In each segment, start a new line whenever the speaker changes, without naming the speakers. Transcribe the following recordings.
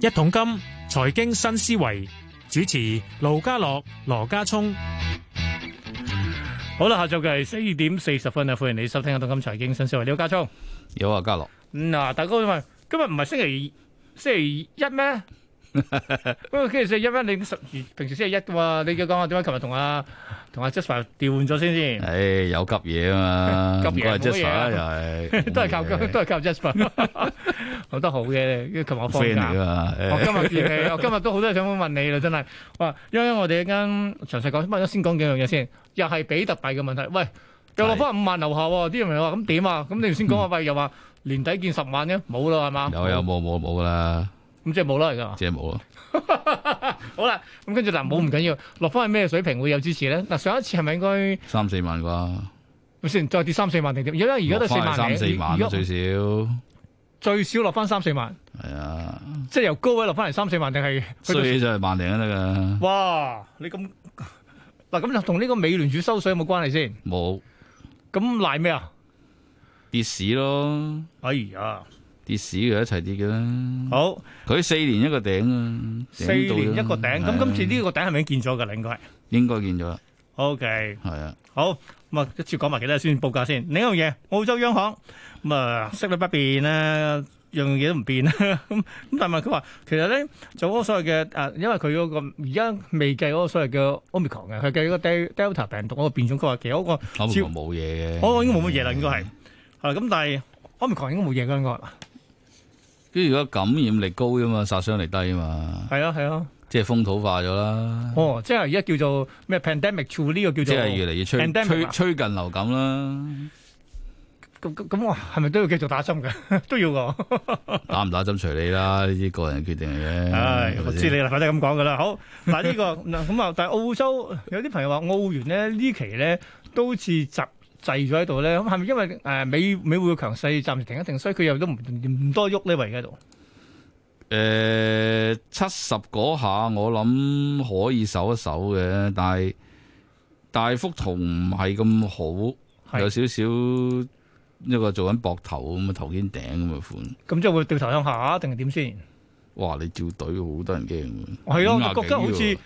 一桶金財經新思維主持盧家樂、羅家聰。
好啦，下晝嘅係四點四十分啊！歡迎你收聽《動金財經新思維》，你好，家聰。
有啊，家樂。
嗯嗱，大哥問，今日唔係星期星期一咩？不過星期四一咩？你十平時星期一噶嘛？你嘅講下點解琴日同阿同阿 Jasper 調換咗先先？
唉，有急嘢啊
嗯
嘛，
急嘢
唔該
冇乜嘢啊
Jasper 又 係
都係靠
冇嘢
都係靠 Jasper，我都好嘅。因為琴日我放
friend
假
嚟。啊，
我
唉
今日見 你，我今日都好多嘢想問你啦，真係。哇，因為我哋一間詳細講，不如先講幾樣嘢先，又係比特幣嘅問題。喂，又落翻五萬樓下喎，啲人咪話咁點啊？咁你先講下，喂，又話年底見十萬嘅，冇啦係嘛？
有有冇冇冇啦，
咁即係冇啦而家。
即係冇啊咯。
好啦，咁跟住嗱冇唔緊要，落翻係咩水平會有支持咧？嗱上一次係咪應該
三四萬啩，
咪先再跌三四萬定點？而家而家都係四
落
萬
返係三四萬
而
啦
家
最少，係
最少落翻三四萬，
啊，
即係由高位落翻嚟三四萬定係去到
衰起就係萬零都得㗎，
哇！你咁嗱咁就同呢個美聯儲收水有冇關係先？
冇
咁賴咩啊？
跌市咯，
哎呀，
跌市嘅一齊跌嘅啦。
好
佢四年一個頂啊，
四年一個頂，
頂到
咁
啦
今次呢個頂係咪已經見咗㗎啦？應該係。
應該見咗啦，
OK，
係啊，
好咁啊，一次講埋幾多先報價先。另一樣嘢，澳洲央行咁啊，息率不變啦。樣樣嘢都唔變啦，咁 咁但係佢話其實咧就嗰個所謂嘅誒、啊因為佢嗰、個而家未計嗰個所謂嘅 Omicron 嘅，佢計嗰個 Del- Delta 病毒嗰個變種，佢話其實嗰、個
我唔
照
冇嘢嘅。
我應該冇乜嘢啦，應該係係啦咁，但係 Omicron 應該冇嘢㗎，應該
跟住而家感染力高啊嘛，殺傷力低啊嘛，
係啊係啊，
即係風土化咗啦。
哦，即係而家叫做咩 pandemic to 呢個叫做
即係越嚟越趨
Pandemic
趨
啊
趨近流感 啦，
咁咁咁，我係咪都要繼續打針嘅？都要㗎。
打唔打針隨你啦，呢啲個人決定嚟嘅。
唉
係咪，
我
先
知你啦，反正咁講㗎啦。好，嗱呢個 嗱咁啊，但係澳洲有啲朋友話澳元咧呢期咧都好似窒滯咗喺度咧，咁係咪因為誒、呃美美匯嘅強勢暫時停一停，所以佢又都唔唔多喐呢？喂，而家度
誒七十嗰下，我諗可以守一守嘅，但係大幅圖唔係咁好，
係
有少少一個做緊膊頭咁啊，頭肩頂咁嘅款。
咁即係會掉頭向下定係點先？
哇！你照隊好得人驚喎，
係咯，
五
我
廿
覺得
幾
好
喎
似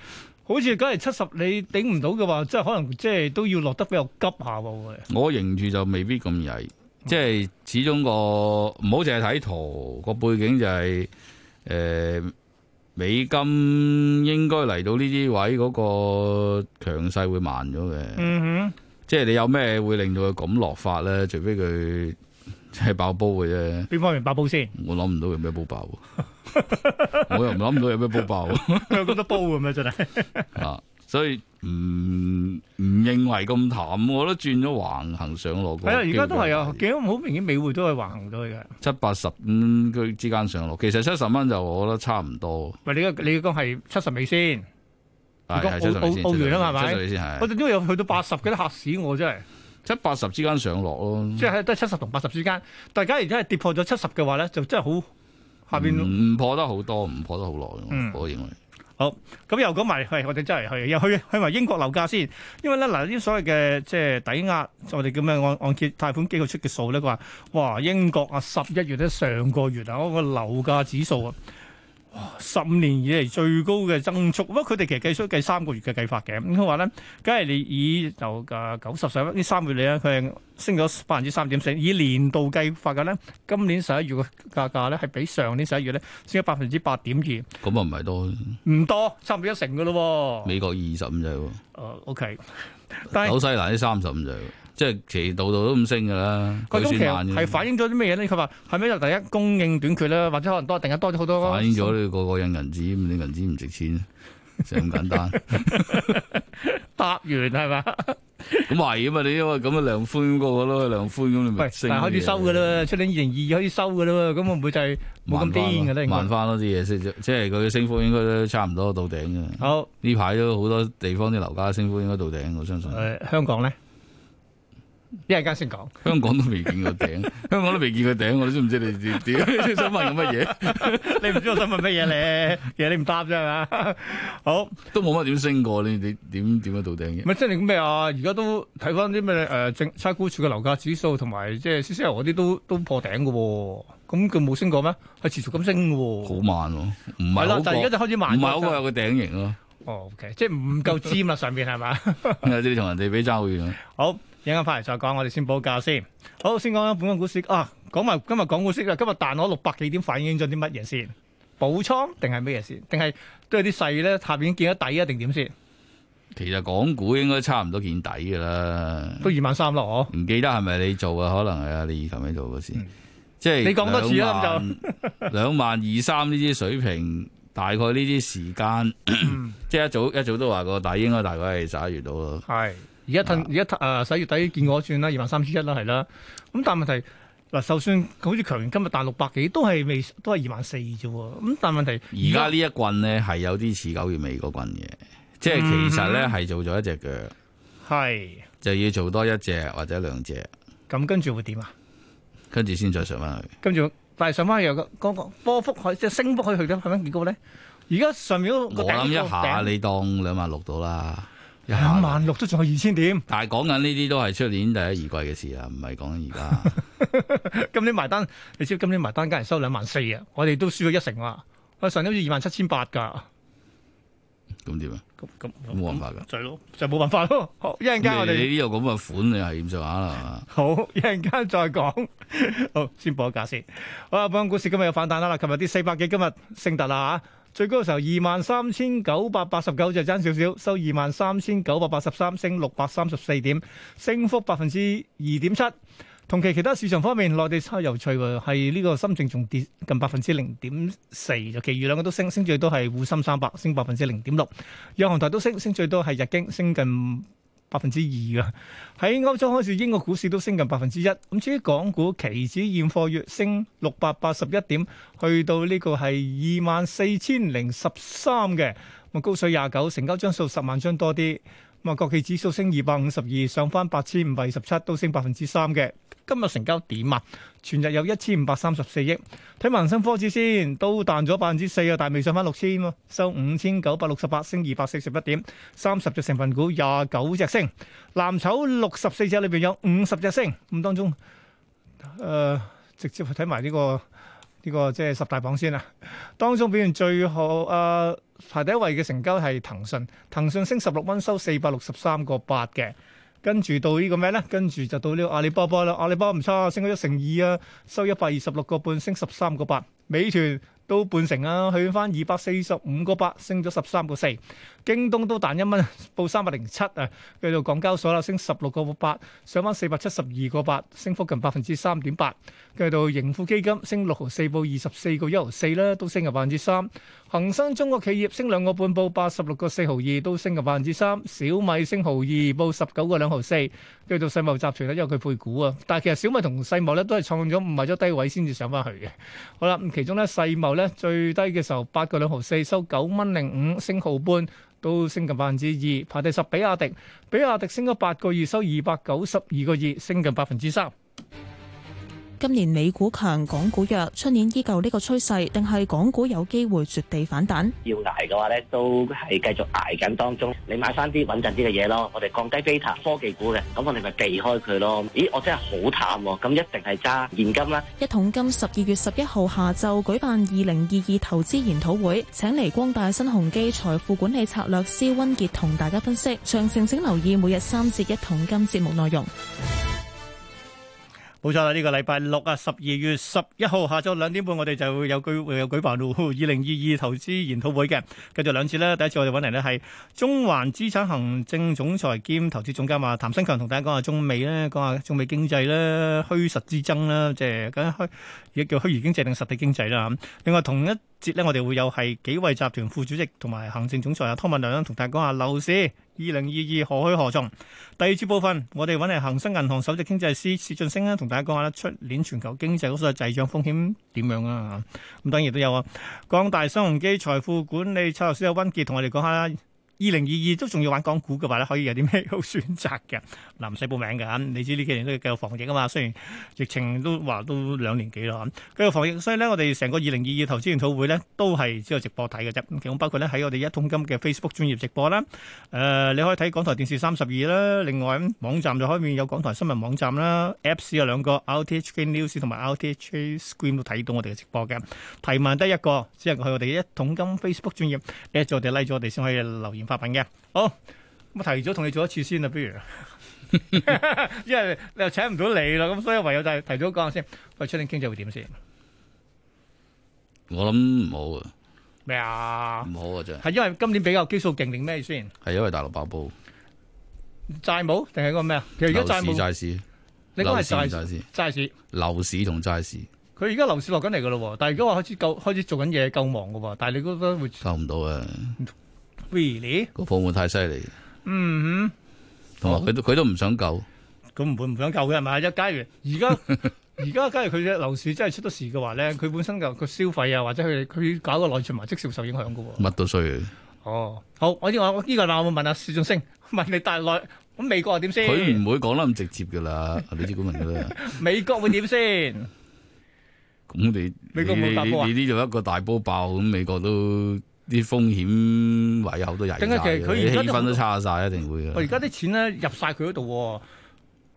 好似，梗係七十你頂唔到嘅話，即係可能即係都要落得比較急下喎。會
我認住就未必咁曳，即係始終個唔好淨係睇圖個背景就係、誒、美金應該嚟到呢啲位嗰個強勢會慢咗嘅，
嗯
即係你有咩會令到佢咁落法咧？除非佢即係爆煲嘅啫
哼，，邊方面爆煲 先？
我諗唔到有咩煲 爆喎，我又唔諗唔到有咩煲爆喎
佢有咁多煲咁樣真係。
啊！所以唔唔認為咁淡，我都轉咗橫行上落。
係啊，而家都係啊，見到好明顯美匯都係橫行到去嘅。
七八十咁佢之間上落，其實七十蚊就我覺得差唔多。
喂，你嘅你講係七十美先，
係
講
係70
澳
先
澳澳元啊啦係
70
咪
先70先
我
係
哋都有去到八十嘅，都嚇死我真係，
七八十之間上落咯。
即係都係七十同八十之間。大家而家係跌破咗七十嘅話咧，就真係好下邊。
唔唔破得好多，唔破得好耐。
嗯
我認為
咁又講埋，係我哋真係去，又去去埋英國樓價先，因為咧嗱，呢啲所謂嘅即係抵押，我哋叫咩按按揭貸款機構出嘅數咧，佢話哇英國啊十一月咧上個月啊嗰個樓價指數啊，哇十五年以嚟最高嘅增速，不啊過佢哋其實計數計三個月嘅計法嘅，咁佢話咧，梗係你以由誒九十十一呢三個月嚟咧，佢係升咗百分之三點四，以年度計法嘅咧，今年十一月嘅價格咧係比上年十一月咧升咗百分之八點二，
咁啊唔係多，
唔多，差唔多一成嘅咯喎。
美國二十五就係
誒
喎，
OK，但係
紐西蘭啲三十五就係喎，即係其實度度都咁升㗎啦。
佢
佢
咁其
算慢
實係
啫，
反映咗啲咩嘢咧？佢話係咪就第一供應短缺咧，或者可能多突然間多咗好多
反映咗你個個印銀紙，你銀紙唔值錢，就咁 簡單。
答完係嘛？
咁係啊嘛，你因為咁啊量寬個個都量寬咁，你
喂，
咪升
嗱
嘅嘢。
開始收㗎啦，出年二零二二開始收㗎啦喎，咁會唔會就係冇咁癲㗎咧？應
慢
該
翻咯啲嘢先，即即係佢嘅升幅應該都差唔多到頂嘅。
好
呢排都好多地方啲樓價升幅應該到頂，我相信。
誒，香港咧一陣間 先講。
香港都未見過 頂，香港都未見過頂，我都唔知你點點你想問緊乜嘢，
你唔知我想問乜嘢 咧？其實你唔答啫係嘛？好，
都冇乜點升過，你你點點樣到頂嘅？
咪即係你咩啊？而家都睇翻啲咩誒，政差估處嘅樓價指數同埋即係 CCL 嗰啲都都破頂㗎喎。咁佢冇升過咩？係持續咁升嘅喎。
好慢喎，唔
係
係
啦
好，過
但係而家就開始慢
唔
咗
係好過有個頂 型咯，
哦，OK，即係唔夠尖啦，上邊係 嘛？
有啲同人哋比爭好遠啊。
好，影緊翻嚟再講，我哋先報價先。好，先講本港股市啊，講埋今日港股息啊啦，今日彈咗六百幾點，反映咗啲乜嘢先？補倉定係乜嘢先？定係都有啲細咧，下邊見咗底啊，定點先？
其實港股應該差唔多見底㗎啦，
都二萬三啦，哦我
唔記得係咪你做啊？可能係啊，李以琴喺度嗰時，即係
嗯你講多次啊啦
就 兩萬二三呢啲水平，大概呢啲時間，
嗯
即係一早一早都話個底應該大概係啊十一月到咯。
係而家褪，而家誒十一月底見過一轉啦，二萬三千一啦，係啦。咁但係問題嗱，就算好似強今日彈六百幾，都係未都係二萬四啫喎。咁但係問
而
題
家呢一棍咧係有啲似九月尾嗰棍嘅，即係其實
嗯
咧係做咗一隻腳，
係
就要做多一隻或者兩隻，
咁，跟住會點啊？
跟住先再上翻去。
跟住，但係上翻去又個嗰個波幅可以即係升幅可以去到係咪幾高咧？而家上面嗰個
我
頂
諗一下
頂
你當兩萬六到啦，一下
兩萬六都仲有二千點，
但係講緊呢啲都係出年第一二季嘅事啊啦，唔係講緊而家。
今年埋單，你知今年埋單梗係收兩萬四啊！我哋都輸咗一成啊！我上年好似二萬七千八㗎，
咁點啊？
咁咁
冇辦法㗎
就係咯，就冇辦法咯。好，一陣間我
你
哋
你呢度咁嘅款，你係咁上下啦係嘛？
好，一陣間再講。 好，先報個價先。好啦，本港股市今日有反彈啦，琴日啲四百幾，今日升突啦嚇。最高嘅時候二萬三千九百八十九就爭少少，收二萬三千九百八十三，升六百三十四點，升幅百分之二點七。同期其他市場方面，內地差有趣喎，係呢個深證仲跌近百分之零點四，就其餘兩個都升，升最多係滬深三百升百分之零點六，日韓台都升，升最多係日經升近百分之二嘅。喺歐洲開市，英國股市都升近百分之一。咁至於港股期指現貨月升六百八十一點，去到呢個係二萬四千零十三嘅，咁啊高水廿九，成交張數十萬張多啲。咁啊，國企指數升二百五十二，上翻八千五百二十七，都升百分之三嘅。今日成交點啊？全日有一千五百三十四億。睇埋恒生科指先，都彈咗百分之四啊，但係未上翻六千喎，收五千九百六十八，升二百四十一點，三十隻成分股廿九隻升。藍籌六十四隻裏邊有五十隻升，咁當中誒、呃直接去睇埋呢個呢、個即係十大榜先啦。當中表現最好誒、呃排第一位嘅成交係騰訊，騰訊升十六蚊，收四百六十三個八嘅。跟住到呢個咩咧？跟住就到呢個阿里巴巴啦，阿里巴巴唔差，升咗一成二啊，收一百二十六個半，升十三個八。美團都半成啊，去翻二百四十五個八，升咗十三個四。京東都彈一蚊， 報三百零七啊。繼續港交所啦，升十六個八，上翻四百七十二個八，升幅近百分之三點八。跟住到盈富基金升六毫四，報二十四個一毫四啦，都升近百分之三。恒生中國企業升兩個半，報八十六個四毫二，都升近百分之三。小米升毫二，報十九個兩毫四。跟住到世茂集團咧，因為佢配股啊，但係其實小米同世茂咧都係創咗唔係咗低位先至上翻去嘅。好啦，咁其中咧世茂咧最低嘅時候八個兩毫四，收九蚊零五，升毫半。都升近百分之二，排第十。比亞迪，比亞迪升咗八個二，收二百九十二個二，升近百分之三。
今年美股強，港股弱，出年依舊呢個趨勢，定係港股有機會絕地反彈？
要捱嘅話咧，都係繼續捱緊當中。你買翻啲穩陣啲嘅嘢咯，我哋降低 beta 科技股嘅，咁我哋咪避開佢咯。咦，我真係好淡喎、咁一定係揸現金啦。
一桶金十二月十一號下晝舉辦二零二二投資研討會，請嚟光大新鴻基財富管理策略師温傑同大家分析，詳情請留意每日三節一桶金節目內容。
冇錯啦，呢、個禮拜六啊，十二月十一號下晝兩點半，我哋就會有舉會有舉辦到二零二二投資研討會嘅，繼續兩次啦。第一次我哋揾嚟呢係中環資產行政總裁兼投資總監啊，譚新強同大家講下中美咧，講下中美經濟咧虛實之爭啦，即係緊虛而家叫虛擬經濟定實體經濟啦。另外同一節呢，我哋會有係紀惠集團副主席同埋行政總裁啊湯文亮同大家講下樓市二零二二何去何從。第二節部分，我哋揾嚟恒生銀行首席經濟師薛俊升咧，同大家講下咧出年全球經濟嗰個滯脹風險點樣啊？咁當然都有啊。港大新鴻基財富管理策略師阿温傑同我哋講下啦，二零二二都仲要玩港股嘅話咧，可以有啲咩好選擇嘅？嗱，唔使報名㗎，你知呢幾年都要繼續防疫啊嘛。雖然疫情都話都兩年幾啦，繼續防疫，所以咧我哋成個二零二二投資研討會咧都係只有直播睇嘅啫。咁包括咧喺我哋一桶金嘅 Facebook 專業直播啦，誒、你可以睇港台電視三十二啦，另外咁網站就可以有港台新聞網站啦，Apps 有兩個 RTHK News 同埋 RTHK Screen 都睇到我哋嘅直播嘅。提問得一個，只能夠去我哋一桶金 Facebook 專業 at 咗我哋 like 咗我哋先可以留言發問嘅。好，咁提早同你做一次先啦，不如， 因為你又請唔到你啦，咁所以唯有就係提早講下先。喂，出年經濟會點先？
我諗唔好啊，
咩啊？
唔好啊，真係
係因為今年比較基數勁定咩先？
係因為大陸爆煲，
債務定係嗰個咩啊？其實而
樓
家
市
債務，
債市，
你講
樓
係
市
債
債市，
債市，
樓市同債市
佢而家樓市落緊嚟㗎咯喎，但係而家話開始救開始做緊嘢救亡㗎喎，但係你覺得會
收唔到啊，
really？
個泡沫太犀利，
嗯哼。
同埋佢都佢都唔想救，
咁唔會唔想救嘅係咪？一假如而家 而家假如佢嘅樓市真係出咗事嘅話咧，佢本身就個消費啊，或者佢佢搞個內循環即時會受影響嘅喎。
乜都衰啊。
哦，好，我呢個我呢個嗱，我問下薛俊升， 問你大內咁美國又點
佢
先？
唔會講得咁直接噶啦，你知股民噶啦。
美國會點先？
咁你
美國
你
冇
你
答波啊
你呢度一個大煲爆，咁美國都啲風險位口都曳晒
等下其
嘅，
實佢而家都
啲氣氛都差晒，一定會
我而
嘅。
家啲錢咧入晒佢嗰度喎，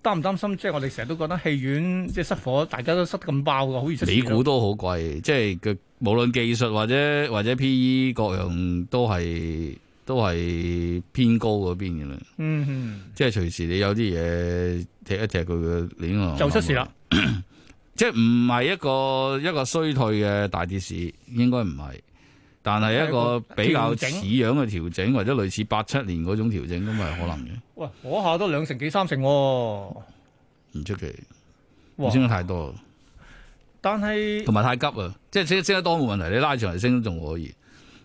擔唔擔心？即係我哋成日都覺得戲院即係失火，大家都失咁爆嘅，好易出事
美
咯
股都好貴，即係佢無論技術或者或者 P E 各樣都係都係偏高嗰邊嘅啦。
嗯哼，
即係隨時你有啲嘢踢一踢佢嘅，你已經
就出事啦。。
即係唔係一個一個衰退嘅大跌市，應該唔係，但係一個比較
調整
似樣嘅調整，或者類似八七年嗰種調整咁係可能嘅，
喂，嗰下都兩成幾三成喎、
唔出奇，唔
哇
升得太多，
但係
同埋太急啊！即係升升得多冇問題，你拉長嚟升仲可以。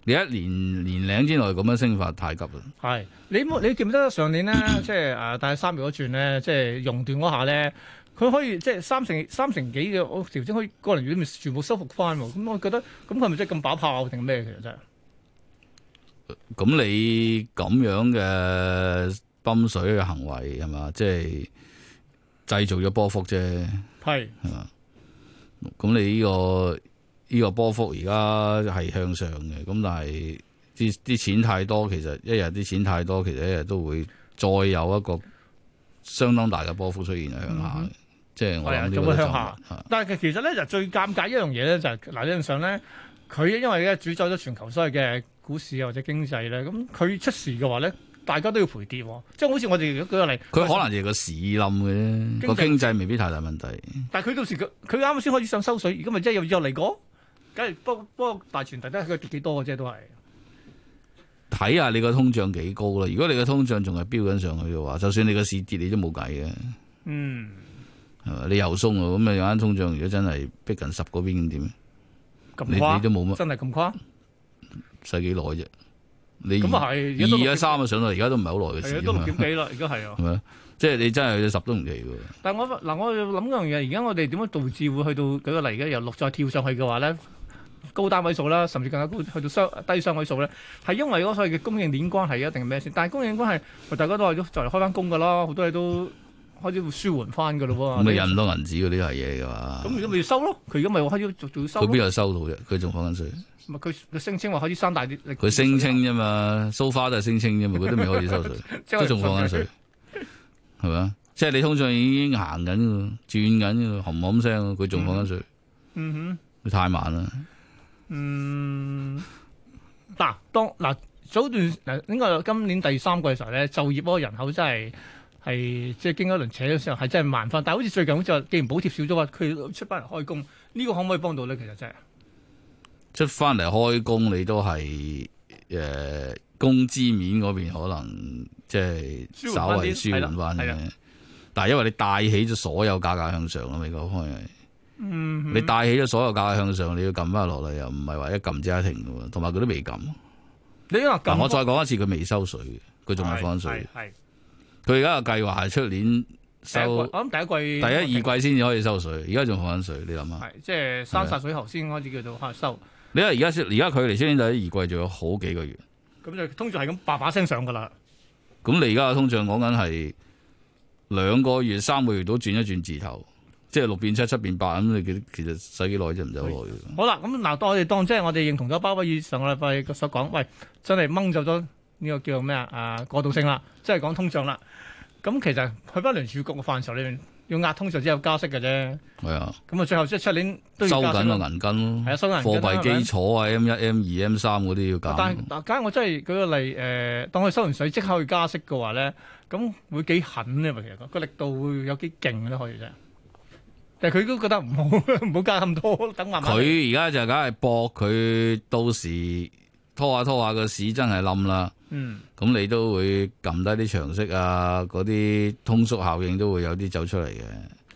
你一年年零之內咁樣升法太急啊啦，
係你冇你記唔記得上年咧，即係誒，但係三月嗰轉咧，即係熔斷嗰下咧，佢可以即係三成三成幾嘅我調整，可以個零月裏面全部收復翻喎。咁我覺得咁係咪真係咁把炮定咩？其實真係
咁你咁樣嘅泵水嘅行為係嘛，即係製造咗波幅啫。
係
咁你呢、個呢、個波幅而家係向上嘅，咁但係啲啲錢太多，其實一日啲錢太多，其實一日都會再有一個相當大嘅波幅出現喺向下嘅，即係我
係啊
諗呢
就
個
會
都
向下
就係啊
但係其實咧就最尷尬一樣嘢咧就係嗱理論上咧，佢因為咧主宰咗全球所有嘅股市啊或者經濟咧，咁佢出事嘅話咧，大家都要賠跌喎。即係好似我哋如果舉個例，
佢可能就係個市冧
經
嘅啫，
濟
個經濟未必太大問題。
但係佢到時佢佢啱啱先開始想收水，而家咪真係又又嚟過，梗係不過不過大前提都係佢跌幾多嘅啫，都係。
睇下你個通脹幾高啦，如果你個通脹仲係飆緊上去嘅話，就算你個市跌，你都冇計嘅，
嗯，
係嘛？你又鬆啊，咁啊有間通脹，如果真係逼近十嗰邊咁點？
咁
你
誇
你都冇乜
真係咁誇？
使幾耐啫？你
咁啊係，而家都
二
六
啊三啊上到而家都唔係好耐嘅
係
事
啊，都六點
係
幾啊啦，而家係啊。
咪？即係你真係十都唔奇喎。
但係我嗱，我諗嗰樣嘢，而家我哋點樣導致會去到舉個例，而家由六再跳上去嘅話咧，高單位數啦，甚至更加高，去到雙低雙位數咧，係因為嗰所謂嘅供應鏈關係一啊定係咩先？但係供應鏈關係，喂大家都話咗就嚟開翻工㗎啦，好多嘢都開始會舒緩翻㗎咯
咁
喎。
你印唔多銀紙嗰啲係嘢㗎嘛？
咁而家咪要收咯，佢而家咪開始逐做收
佢
咯
邊。有收到啫？佢仲放緊水，
咪佢佢聲稱話可以生大啲，
佢聲稱啫嘛，so far 都係聲稱啫嘛，佢都未開始收水，
即係
都仲放緊水，係咪啊？即係你通脹已經行緊㗎喎，轉緊㗎喎，冚冚聲喎，佢仲放緊水，
嗯
佢太慢啦。
哼，嗯，嗱，當嗱早段嗱，應該係今年第三季嘅時候咧，就業嗰個人口真係係即係經過一輪扯嘅時候係真係慢翻，但係好似最近好似話，既然補貼少咗話，佢出翻嚟開工，呢、個可唔可以幫到咧？其實真係
出翻嚟開工，你都係誒、呃工資面嗰邊可能即
舒緩
係稍
返啲
為舒緩翻
係啦
嘅。但係因為你帶起咗所有價格向上啦，美國方面，
嗯哼
你帶起咗所有價格向上，你要撳翻落嚟又唔係話一撳即刻停嘅喎，同埋佢都未撳。
你話
嗱，
咁，
我再講一次，佢未收水嘅，佢仲係放水。
係係
佢而家嘅計劃係出年
第一季，
收
我諗第一季
第一二季啊先至可以收水，而家仲放緊水，你諗下。
係即係山晒水喉先開始叫做嚇收。
你話而家而家距離出年第一二季仲有好幾個月。
咁就通脹係咁叭叭聲上㗎啦。
咁你而家嘅通脹講緊係兩個月、三個月都轉一轉字頭，即係六變七、七變八咁，你其其實使幾耐啫？唔使好耐嘅。
好啦，咁嗱，當我哋當即係我哋認同咗鮑威爾上個禮拜所講，喂，真係掹走咗呢個叫做咩啊？啊，過渡性啦，即係講通脹啦。咁其實去翻聯儲局嘅範疇裏面，要壓通脹只有加息嘅啫。
係啊，
咁啊，最後即係出年都
收
要加息
緊
啦。
個銀根
係
咯，
啊，收緊銀
貨
根啦
幣基礎啊，M 一、M 二、M 三嗰啲要
但
減。
但假如我真係舉個例，誒、當佢收完水即刻去加息嘅話咧，咁會幾狠咧？咪其實個力度會有幾勁咧？可以啫。但係佢都覺得唔好， 唔好加咁多，等慢慢嚟。
佢而家就梗係搏佢到時拖下拖下個市真係冧啦，
嗯，
咁你都會撳低啲長息啊，嗰啲通縮效應都會有啲走出嚟嘅。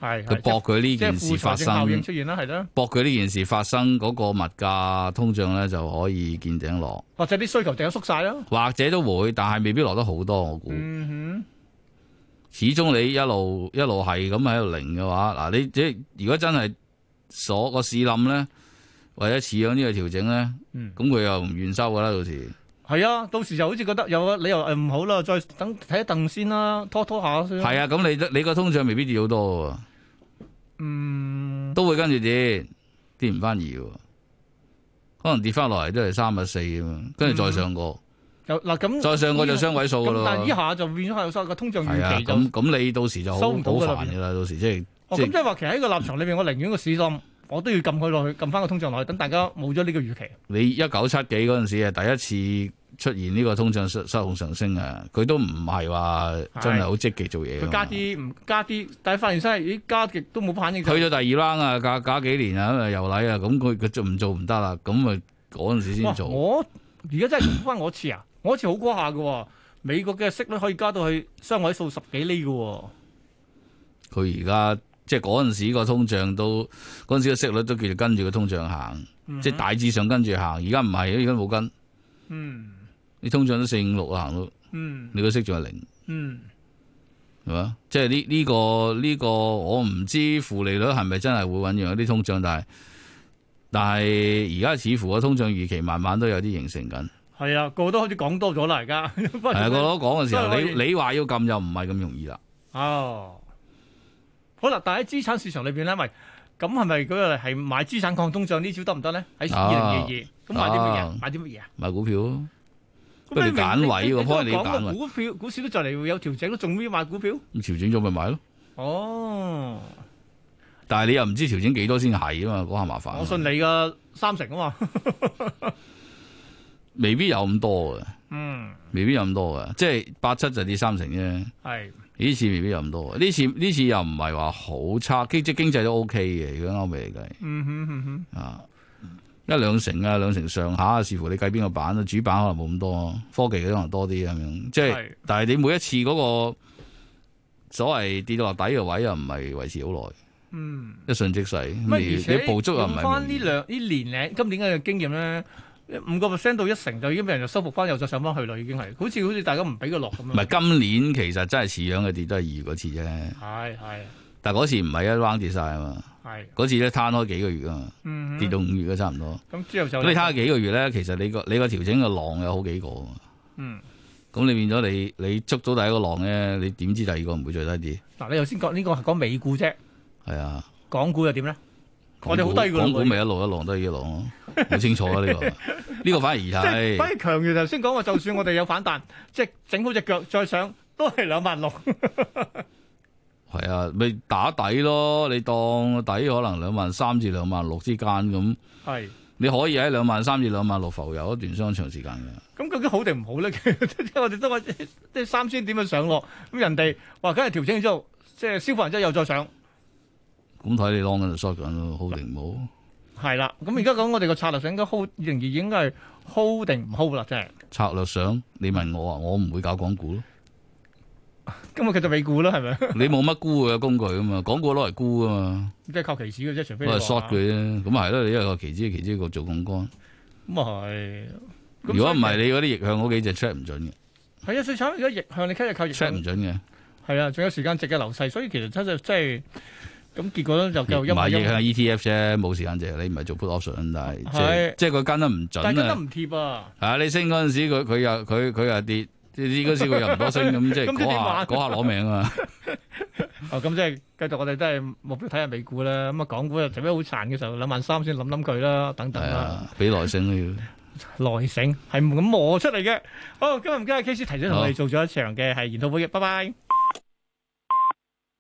係係
佢搏佢
即係
呢件
負
事發
財政效
生
應。出現啦，係啦。
博佢呢件事發生嗰、個物價通脹咧就可以見頂落，
或者啲需求突然間縮晒啦。
或者都會，但係未必落得好多。我估，
嗯
始終你一路一路係咁喺度零嘅話，嗱你即如果真係鎖個市冧咧，或者似樣呢個調整咧，咁
哼，嗯，
佢又唔願收噶啦，到時
係啊，到時就好似覺得有個理由誒唔好啦，再等睇一等先啦，拖拖下先。
係啊，咁你你個通脹未必跌好多
嗯
喎，，都會跟住跌，跌唔翻二喎，可能跌翻落嚟都係三啊四咁樣，跟住再上過，
有嗱咁
再上過就雙位數噶
嗯咁，但係
咯
依。下就變咗係有個通脹
係
預
啊，
期就
咁咁你到時就好
收
好
唔到㗎啦
煩㗎啦，到時即係
哦，
即
咁
係
即係話其實喺個立場裏面，我寧願個市冧，我都要撳佢落去，撳翻個通脹落去，等大家冇咗呢個預期。
你一九七幾嗰陣時啊，第一次出現呢個通脹失失控上升啊，佢都唔係話真係好積極做嘢㗎嘛。
佢加啲唔加啲，但係發現真係咦加極都冇反應。
去到第二 round 啊，隔隔幾年啊，咁啊又嚟啊，咁佢佢做唔做唔得啦，咁咪嗰陣時
哇
先做。
我而家真係講翻我次啊，我次好高下嘅喎，美國嘅息率可以加到去雙位數十幾厘嘅喎。
佢而家即係嗰陣時個通脹都嗰陣時個息率都叫做跟住個通脹行，
嗯
即係大致上跟住行。而家唔係，而家冇跟，
嗯
你通脹都四五六啊行到，
嗯
你個息仲係零。
嗯，
係嘛？即係呢呢個呢、個，我唔知負利率係咪真係會醖釀一啲通脹，但係但係而家似乎個通脹預期慢慢都有啲形成緊。
係啊，個個都開始講多咗啦，而 家。不過
係啊，個佬講嘅時候，
所以我
你你話要撳又唔係咁容易啦。
哦，好啦，但喺資產市場裏邊咧，咪咁係咪嗰個係買資產抗通脹呢招得唔得咧？喺
啊
二零二二，咁買啲乜
啊
嘢？買啲乜嘢啊？
買股票咯，
咁
不如
你明
揀位
你你
喎
都
幫你
講
揀
個
位
股票股市都就嚟會有調整，都仲要買股票？
咁調整咗咪買咯。
哦，
但係你又唔知調整幾多先係啊嘛，嗰下麻煩。
我信你噶三成啊嘛。
未必有咁多嘅，
嗯，
未必有咁多嘅，即係八七就跌三成啫。
係
呢次未必有咁多，呢次呢次又唔係話好差，經即係經濟都 OK 嘅，如果歐美嚟計。
嗯哼嗯哼，
啊，一兩成啊，兩成上下啊，視乎你計邊個版啦。主板可能冇咁多，科技可能多啲咁樣。即係
係，
但係你每一次嗰、個所謂跌到落底嘅位又唔係維持好耐，
嗯。
一瞬即逝。
乜
咁
而
你
且
你捕捉啊又唔
用
係容
翻呢
易。
兩呢年零今年嘅經驗咧，五個 percent 到一成就已經俾人就收復翻，又再上翻去啦，已經係好似好似大家唔俾佢落咁
唔
樣。
係今年其實真係似樣嘅跌都係二月嗰次啫，
係係
但係嗰次唔係一 round 跌晒啊嘛，
係，
嗰次咧攤開幾個月啊嘛，
嗯
跌
哼，
到五月都差唔多。
咁之後就
咁你攤開幾個月咧，其實你個你個調整嘅浪有好幾個啊嘛，
嗯
咁你變咗你你捉到第一個浪咧，你點知第二個唔會再低啲？
嗱，你頭先講呢個係講美股啫，
係啊。
港股又點咧？我哋好低㗎啦
港股
我哋
咪一路一浪都係一浪咯，好清楚啊 呢個，呢個反而易
即係反
睇。
而強如頭先講話，就算我哋有反彈， 即係整好只腳再上都係兩萬六。
係啊，咪打底咯，你當底可能兩萬三至兩萬六之間咁，
係，
你可以喺兩萬三至兩萬六浮游一段相當長時間嘅。
咁究竟好定唔好咧？ 即係我哋都話即係三千點嘅上落，咁人哋話梗係調整之後，即係消化完之後又再上。
咁睇你 long 緊就 short 緊咯，好定唔好？
係啦，咁而家講我哋個策略上應該 hold 二零二應該係 hold 定唔 hold 啦，即係
策略上，你問我啊，我唔會搞港股咯。
咁啊我繼續美股啦，係咪？
你冇乜沽嘅工具啊嘛，港股攞嚟沽啊嘛，
即係靠期指嘅啫，除非你
攞嚟
話
short 佢啊啫。咁係咯，你一個期指，期指個做槓桿。
咁啊係。咁
如果唔係，
所以
你嗰啲逆向嗰幾隻 check 唔準嘅
係啊，最慘而家逆向你今日靠逆
，check
向
唔準嘅。
係啊，仲有時間值嘅流逝，所以其實真係真係咁結果咧就繼續
唔
一
係
買
亦
一
嗯係
賣，
ETF 啫，冇時間借。你唔係做 put option，但係即係
啊係
即係佢跟得唔
但係
準
跟得
啊！
唔貼啊！
啊，你升嗰陣時，佢佢又佢佢又跌，跌嗰時佢又唔多升，咁即 係
咁即係
嗰
點
下
玩
嗰下攞命 啊嘛！
哦，咁即係繼續我哋都係目標睇下美股啦。咁啊，港股又做咩好殘嘅時候，兩萬三先諗諗佢啦，等等
係
啦，
啊，俾耐性都要。
耐性係咁磨出嚟嘅。好，今日唔該，K C 提早同我
好
哋做咗一場嘅係研討會嘅，拜拜。